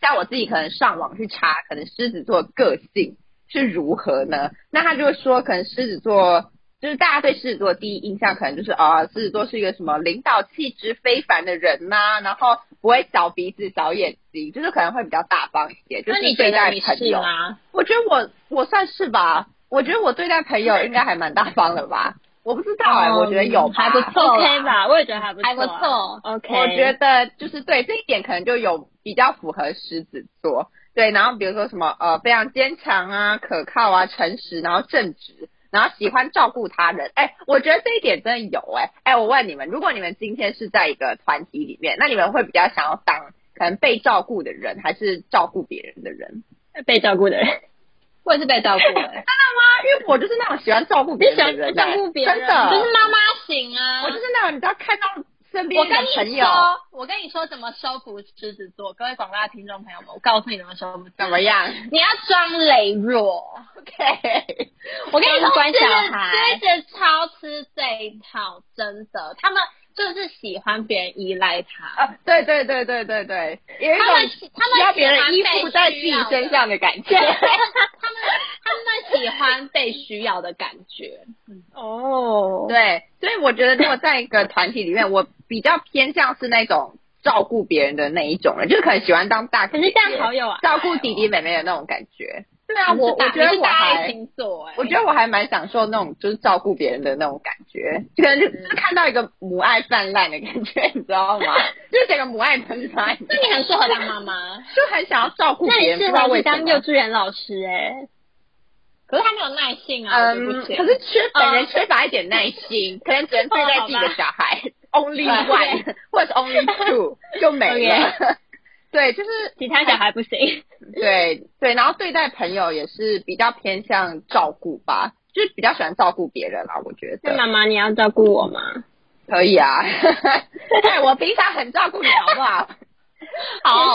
像我自己可能上网去查，可能狮子座个性是如何呢？那他就会说，可能狮子座就是大家对狮子座第一印象可能就是啊，狮子座是一个什么领导气质非凡的人呐、然后不会小鼻子小眼睛，就是可能会比较大方一些，就那是你觉对得待你朋是友。吗？我觉得我我算是吧，我觉得我对待朋友应该还蛮大方的吧。我不知道哎、嗯我觉得有吧还不错啦，OK 吧？我也觉得还不错，还不错， ，OK。我觉得就是对这一点可能就有比较符合狮子座。对，然后比如说什么呃非常坚强啊、可靠啊、诚实，然后正直，然后喜欢照顾他人。哎，我觉得这一点真的有哎、哎，我问你们，如果你们今天是在一个团体里面，那你们会比较想要当可能被照顾的人，还是照顾别人的人？被照顾的人，我也是被照顾 的，因为我就是那种喜欢照顾别你人喜的欢人、照顾别人，真的就是妈妈型啊。我就是那种你知道看到身边我的跟朋你友说，我跟你说怎么收服狮子座，各位广大听众朋友们，我告诉你怎么收服。怎么样你要装羸弱， ？OK，我跟你说，当乖小孩狮子狮子超吃这一套，真的，他们就是喜欢别人依赖他，啊，对对对对对对，有一他们种喜他们需要别人依附在自喜己欢被需要的身上的 感觉。他们他们喜欢被需要的感觉，哦， 对，所以我觉得如果在一个团体里面，我比较偏向是那种照顾别人的那一种人，就是可能喜欢当大姐可姐，是这样好有啊，照顾弟弟妹妹的那种感觉。对啊，你我是大我觉得你是我大爱还星座哎、我觉得我还蛮享受那种就是照顾别人的那种感觉，就可能嗯就是看到一个母爱泛滥的感觉， 你知道吗？就是整个母爱喷发，那你很适合当妈妈，就很想要照顾那别你人，不知适道合去为什当幼么。稚园老师哎，可是他没有耐性啊，我就嗯，不行可是缺本人嗯缺乏一点耐心，可能只能对待自己的小孩。哦 only one 或者是 only two 就没 了。 对，就是其他小孩不行。对对，然后对待朋友也是比较偏向照顾吧，就是比较喜欢照顾别人啦。我觉那得妈妈，你要照顾我吗？可以 啊。哎，我平常很照顾你，好不好？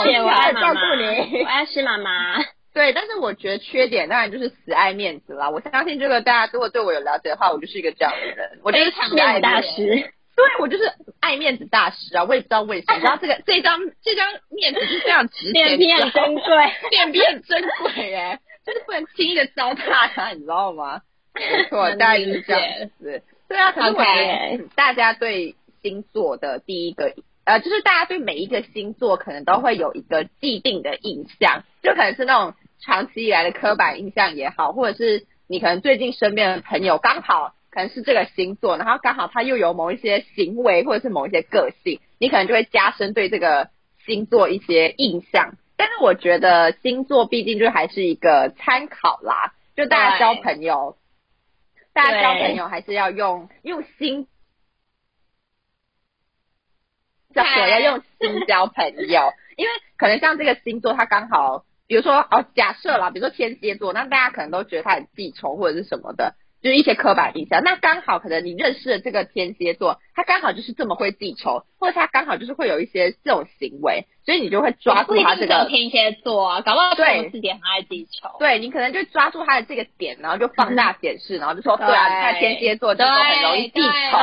谢谢，我爱妈照妈，顾你我。爱吃妈 妈。对，但是我觉得缺点当然就是死爱面子啦。我相信这个大家如果对我有了解的话，我就是一个这样的 人，我就是死面爱子大面子。师，对，我就是爱面子大师啊！我也不知道为 什么，然后这个这张这张面子是非常值钱，脸 皮很珍贵。脸皮很珍贵哎，就是不能轻易的糟蹋它，你知道吗？没错，能大概就理是解这样子。对啊，可是我觉得 OK 嗯大家对星座的第一个呃，就是大家对每一个星座可能都会有一个既定的印象，就可能是那种长期以来的刻板印象也好，或者是你可能最近身边的朋友刚好可能是这个星座，然后刚好他又有某一些行为或者是某一些个性，你可能就会加深对这个星座一些印象。但是我觉得星座毕竟就还是一个参考啦，就大家交对朋友，大家交对朋友还是要用用心，嗨交朋友要用心交朋友，因为可能像这个星座，它刚好，比如说哦，假设啦，比如说天蝎座，那大家可能都觉得他很记仇或者是什么的，就是一些刻板印象。那刚好可能你认识的这个天蝎座，他刚好就是这么会记仇，或者他刚好就是会有一些这种行为，所以你就会抓不住一他定这只有个天蝎座啊，搞不好对我们自己很爱记仇。对你可能就抓住他的这个点，然后就放大检视，然后就说对啊，你看天蝎座就对都很容易记仇，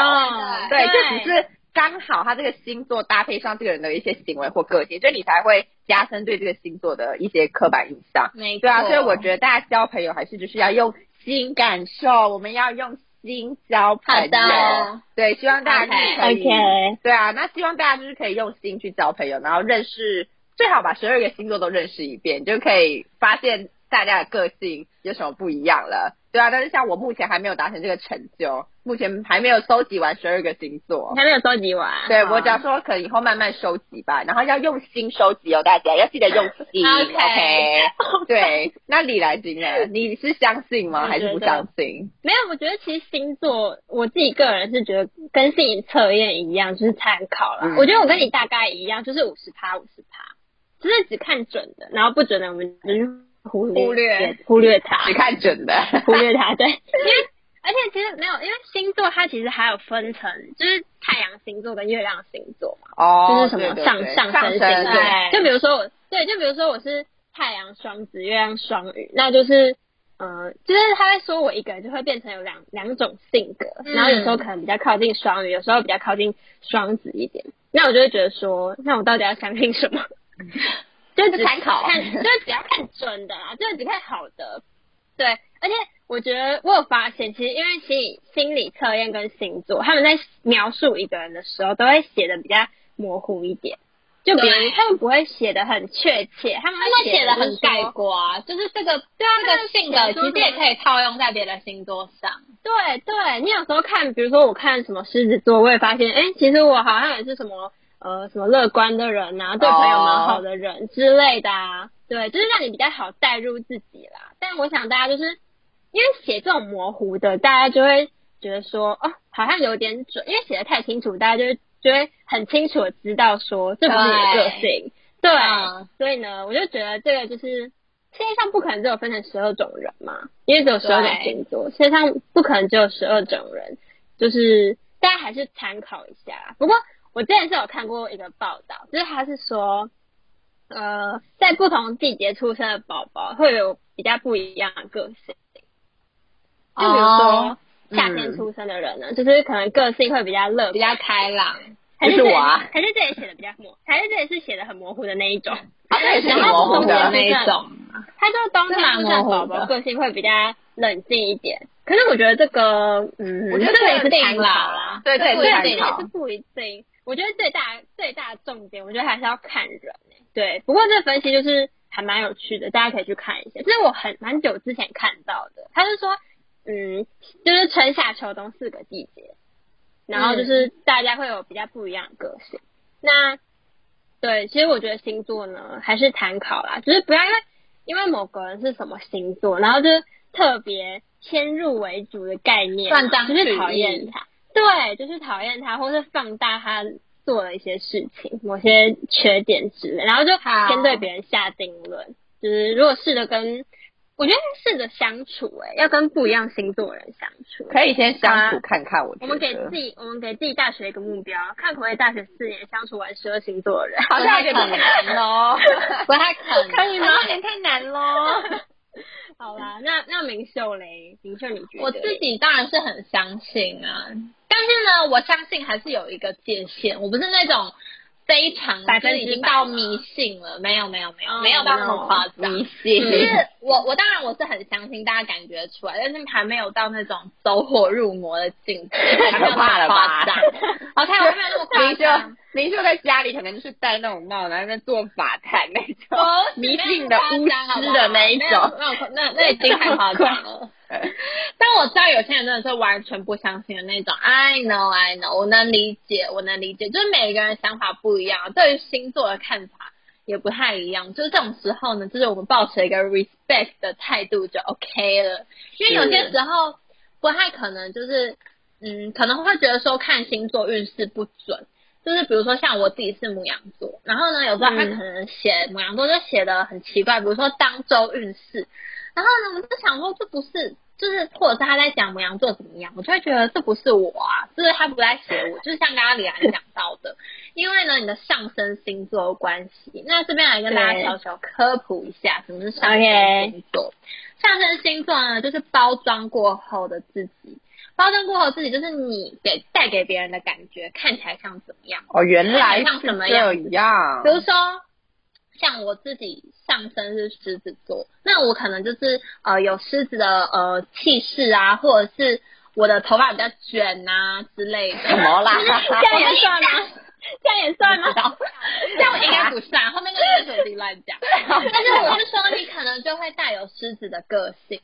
对对，对这只是刚好他这个星座搭配上这个人的一些行为或个性，所以你才会加深对这个星座的一些刻板印象。没错。对啊，所以我觉得大家交朋友还是就是要用心感受，我们要用心交朋好友。的对，希望大家就是可以 OK 对啊，那希望大家就是可以用心去交朋友，然后认识最好把十二个星座都认识一遍，你就可以发现大家的个性有什么不一样了。对啊，但是像我目前还没有达成这个成就，目前还没有收集完十二个星座你。还没有收集完。 对，我只要说可能以后慢慢收集吧，然后要用心收集哦，大家要记得用 心 OK ，OK？对，那李来金呢？你是相信吗？我还觉得是不相信？没有，我觉得其实星座，我自己个人是觉得跟心理测验一样，就是参考啦。嗯我觉得我跟你大概一样，就是五十趴，五十趴，就是只看准的，然后不准的我们就是忽略忽略忽 略它你，看准 的，忽略 它，对，因为。而且其实没有，因为星座它其实还有分成，就是太阳星座跟月亮星座嘛，哦，就是什对么对上对上上升星座对，对就比如说我，对，就比如说我是太阳双子，月亮双鱼，那就是，呃，就是他在说我一个人就会变成有两两种性格，嗯然后有时候可能比较靠近双鱼，有时候比较靠近双子一点，那我就会觉得说，那我到底要相信什么？就只嗯参考啊看，就只要看准的啦，就只看好的，对，而且。我觉得我有发现，其实因为心理心理测验跟星座，他们在描述一个人的时候，都会写的比较模糊一点。就比如对他们不会写的很确切，他们他们会写的得很概概，括啊，就是这个对啊，这他个们性写格说其实也可以套用在别的星座上。对对，你有时候看，比如说我看什么狮子座，我也发现，哎、其实我好像也是什么呃什么乐观的人啊，对朋友蛮好的人之类的啊，对，就是让你比较好带入自己啦。但我想大家就是因为写这种模糊的，大家就会觉得说，哦，好像有点准，因为写的太清楚，大家就会就会很清楚的知道说这不是你的个性，对，嗯所以呢，我就觉得这个就是世界上不可能只有分成十二种人嘛，因为只有十二种星座，世界上不可能只有十二种人，就是大家还是参考一下啦。不过我之前是有看过一个报道，就是他是说，呃，在不同季节出生的宝宝会有比较不一样的个性，就比如说哦夏天出生的人呢，就是可能个性会比较乐观，比较开朗，还不是是这里我啊还是这里写的比较模，还是这里是写的很模糊的那一种。啊，那也是然挺后不模糊同的那的，一种， 他就冬天出生宝宝个性会比较冷静一点，可是我觉得这个，嗯，我觉得这个也是定参考啦啦，对对对这对，参个参这也考是。不一定。我觉得最大最大的重点，我觉得还是要看人、欸、对，不过这个分析就是还蛮有趣的，大家可以去看一下。这是我很蛮久之前看到的，他是说，嗯，就是春夏秋冬四个季节，然后就是大家会有比较不一样的个性。那对，其实我觉得星座呢还是参考啦，就是不要因为因为某个人是什么星座，然后就是特别先入为主的概念啊，断章就是取讨义厌他。对，就是讨厌他，或是放大他做了一些事情、某些缺点之类，然后就好先对别人下定论。就是如果试着跟，我觉得试着相处、欸，要跟不一样星座的人相处。可以先相啊处看看，我觉得。我们给自己，我们给自己大学一个目标，看可不可以大学四年相处完十二星座的人。好像有点不太可难哦。 不太可能，可以吗有点太难喽。好啦，那那明秀嘞，明秀你觉得？我自己当然是很相信啊，但是呢，我相信还是有一个界限，我不是那种非常百就分之是百已经到迷信了，没有没有没有、哦没有到那么夸张。迷就信，是我，我当然我是很相信，大家感觉出来，但是还没有到那种走火入魔的境界，还没有那么夸张。OK，我还没有那 么夸明秀张，，明秀在家里可能就是戴那种帽，然后在那做法坛 那种。不是迷信的巫师的那一种没有那那那已经太夸张 了。但我知道有些人真的是完全不相信的那种，I know I know，我能理解，我能理解，就是每个人想法不一样，对于星座的看法也不太一样，就是这种时候呢，就是我们抱持一个 respect 的态度就 OK 了，因为有些时候不太可能就是，嗯，可能会觉得说看星座运势不准。就是比如说像我自己是母羊座，然后呢，有时候他可能写母羊座就写的很奇怪，比如说当周运势，然后呢，我就想说这不是，就是或者是他在讲母羊座怎么样，我就会觉得这不是我啊，就是他不在写我，就是像刚刚李兰讲到的，因为呢你的上升星座有关系，那这边来跟大家对小小科普一下什么是上升星座。上升星座呢，就是包装过后的自己，包装过后的自己就是你给带给别人的感觉，看起来像怎么样？ 哦，原来是像什么这样样比。如说，像我自己上身是狮子座，那我可能就是呃有狮子的呃气势啊，或者是我的头发比较卷啊之类的。什么啦？这样也算吗？这样也啊算吗？这样我应 该不算，后面那个就是我自己乱讲。但是我是说，你可能就会带有狮子的个性，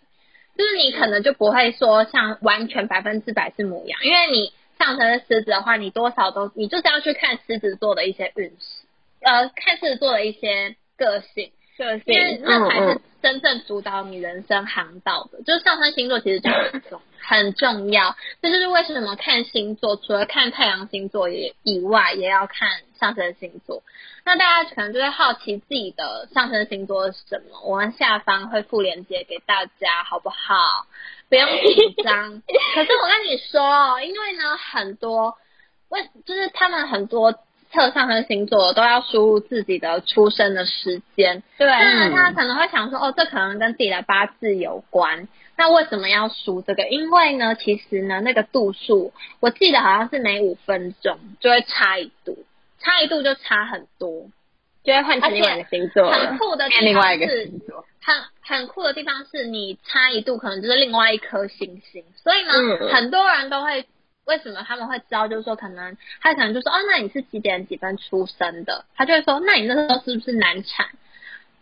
就是你可能就不会说像完全百分之百是母羊，因为你上升是狮子的话，你多少都你就是要去看狮子座的一些运势，呃，看狮子座的一些个性，个因为那才嗯是真正主导你人生航道的。就是上升星座其实真的很 重很重要，这就是为什么看星座，除了看太阳星座也以外，也要看上升星座。那大家可能就会好奇自己的上升星座是什么，我们下方会附链接给大家，好不好？不用紧张。可是我跟你说哦，因为呢，很多为就是他们很多测上升星座都要输入自己的出生的时间，对，那嗯他可能会想说，哦，这可能跟自己的八字有关。那为什么要输这个？因为呢，其实呢，那个度数，我记得好像是每五分钟就会差一度，差一度就差很多。就会换成另外一个星座很了。酷的变地另外方一个是，星座，很很酷的地方是你差一度可能就是另外一颗星星，所以呢，嗯很多人都会为什么他们会知道，就是说可能他可能就说哦，那你是几点几分出生的？他就会说，那你那时候是不是难产？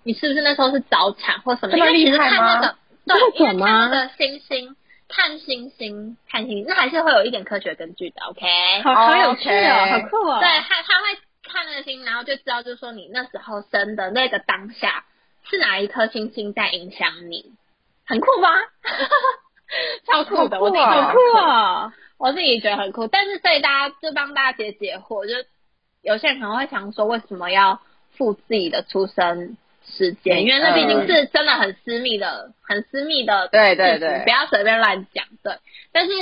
你是不是那时候是早产或什么？这因么为其厉实害看那个吗，对，这么因为准看吗那个星星，看星星，看星星，那还是会有一点科学根据的，OK？好好有趣哦， OK 好酷哦！对，他他会看那个星，然后就知道，就是说你那时候生的那个当下是哪一颗星星在影响你，很酷吧？ 超酷的，好我酷自己觉得哦好很酷哦！我自己觉得很酷。但是所以大家就帮大家解解惑，就有些人可能会想说，为什么要付自己的出生时嗯间？因为那毕竟是真的很私密的、很私密的对对事情对不，要随便乱讲。对，但是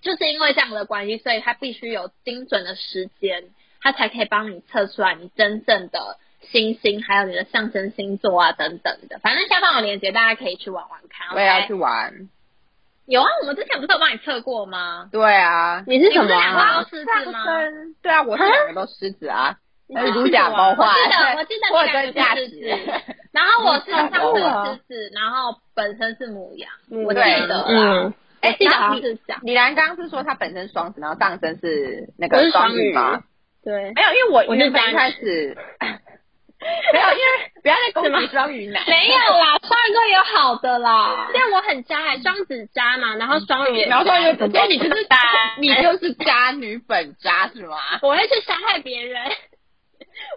就是因为这样的关系，所以它必须有精准的时间，它才可以帮你测出来你真正的星星，还有你的上升星座啊等等的。反正下方有链接，大家可以去玩玩看。我也要 OK？去玩。有啊，我们之前不是有帮你测过吗？对啊，你是什你不么是两个啊都？狮上子吗？升对啊，我是两个都狮子啊，你但是是狮如子假王包我换，记得，我记得货你两真个都价是狮实。子，然后嗯我是上我升狮子，然后本身是母羊，嗯我记啊对得啦，嗯，哎，记得好像你是这样。 李兰刚刚是说她本身双子，然后上身是那我个是双鱼鱼吗？对，没有，因为我我是原本单一开始 没有，因为不要再是攻吗击双鱼男，没有啦，双鱼座有好的 啦。但我很渣欸，双子渣嘛，然后双鱼也然渣，后双鱼，所以你就是渣，你就是渣女本渣是 吗？ 我会去伤害别人，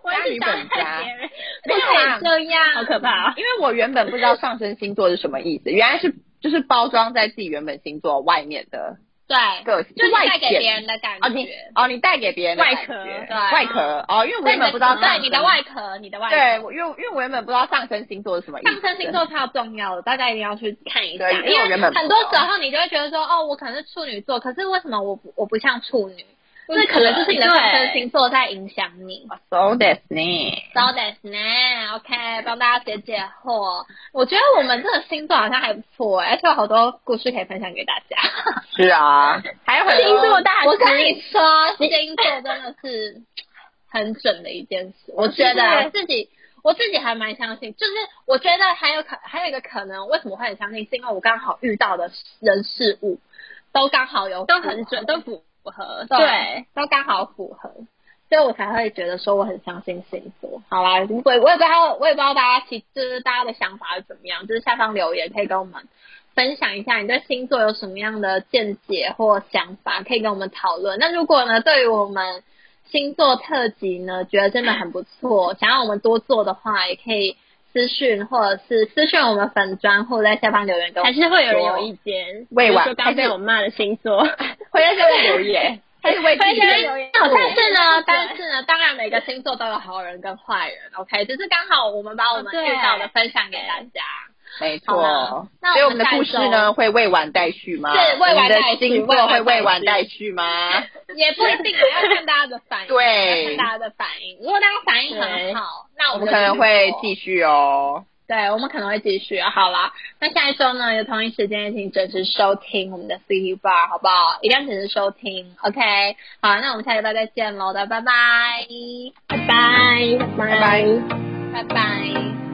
我会去渣女本伤害渣别人，不可以这样，好可怕啊！因为我原本不知道上升星座是什么意思，原来是就是包装在自己原本星座外面的对，个性，就是外带给显别人的感哦，你觉。哦，你带给别人的外感壳觉对外壳 哦，因为我对原你本的不知道对上你的升外壳，你的外对，壳，我因为因为我原本不知道上升星座是什么意思。上哦升星座超重要的，大家一定要去看一下，对因为我因为原本不很多知时道候你就会觉得说，哦，我可能是处女座，可是为什么我不我不像处女？这可能就是你的上升星座在影响你。 So that's me。 So that's n OK，帮大家解解惑。我觉得我们这个星座好像还不错、而且有好多故事可以分享给大家。是啊，还有很星座多大师，我跟你说，星座真的是很准的一件事。我觉得啊是我自己，我自己还蛮相信。就是我觉得还有可，还有一个可能，为什么会很相信，是因为我刚好遇到的人事物都刚好有都符很准，合都符合，对对，，都刚好符合，所以我才会觉得说我很相信星座。好啦，我我也不知道，我也不知道大家其就是大家的想法是怎么样，就是下方留言可以跟我们分享一下你对星座有什么样的见解或想法，可以跟我们讨论。那如果呢，对于我们星座特辑呢，觉得真的很不错，想要我们多做的话，也可以。私讯或者是私讯我们粉砖，或者在下方留言给我还们。是会有人有意见，未比如完说刚被我骂的星 座，回来下面留 言，还是为自回己来下面留言好，哦但是呢对，但是呢，当然每个星座都有好人跟坏人，OK，只是刚好我们把我们哦对遇到的分享给大家。没好啦错。那所以我我们们的故事呢，会未完待续吗？对未完待续我们的星座会未完待续吗？也不一定啊，要看大家的反应，对要看大家的反应。如果大家反应很好，那我 我们们可能会继续继续哦。做，对，我们可能会继续。好啦，那下一周呢，有同一时间请准时收听我们的 C Bar，好不好？一定要准时收听，OK。好，那我们下礼拜再见喽，大家拜拜，拜拜，拜拜拜。拜拜。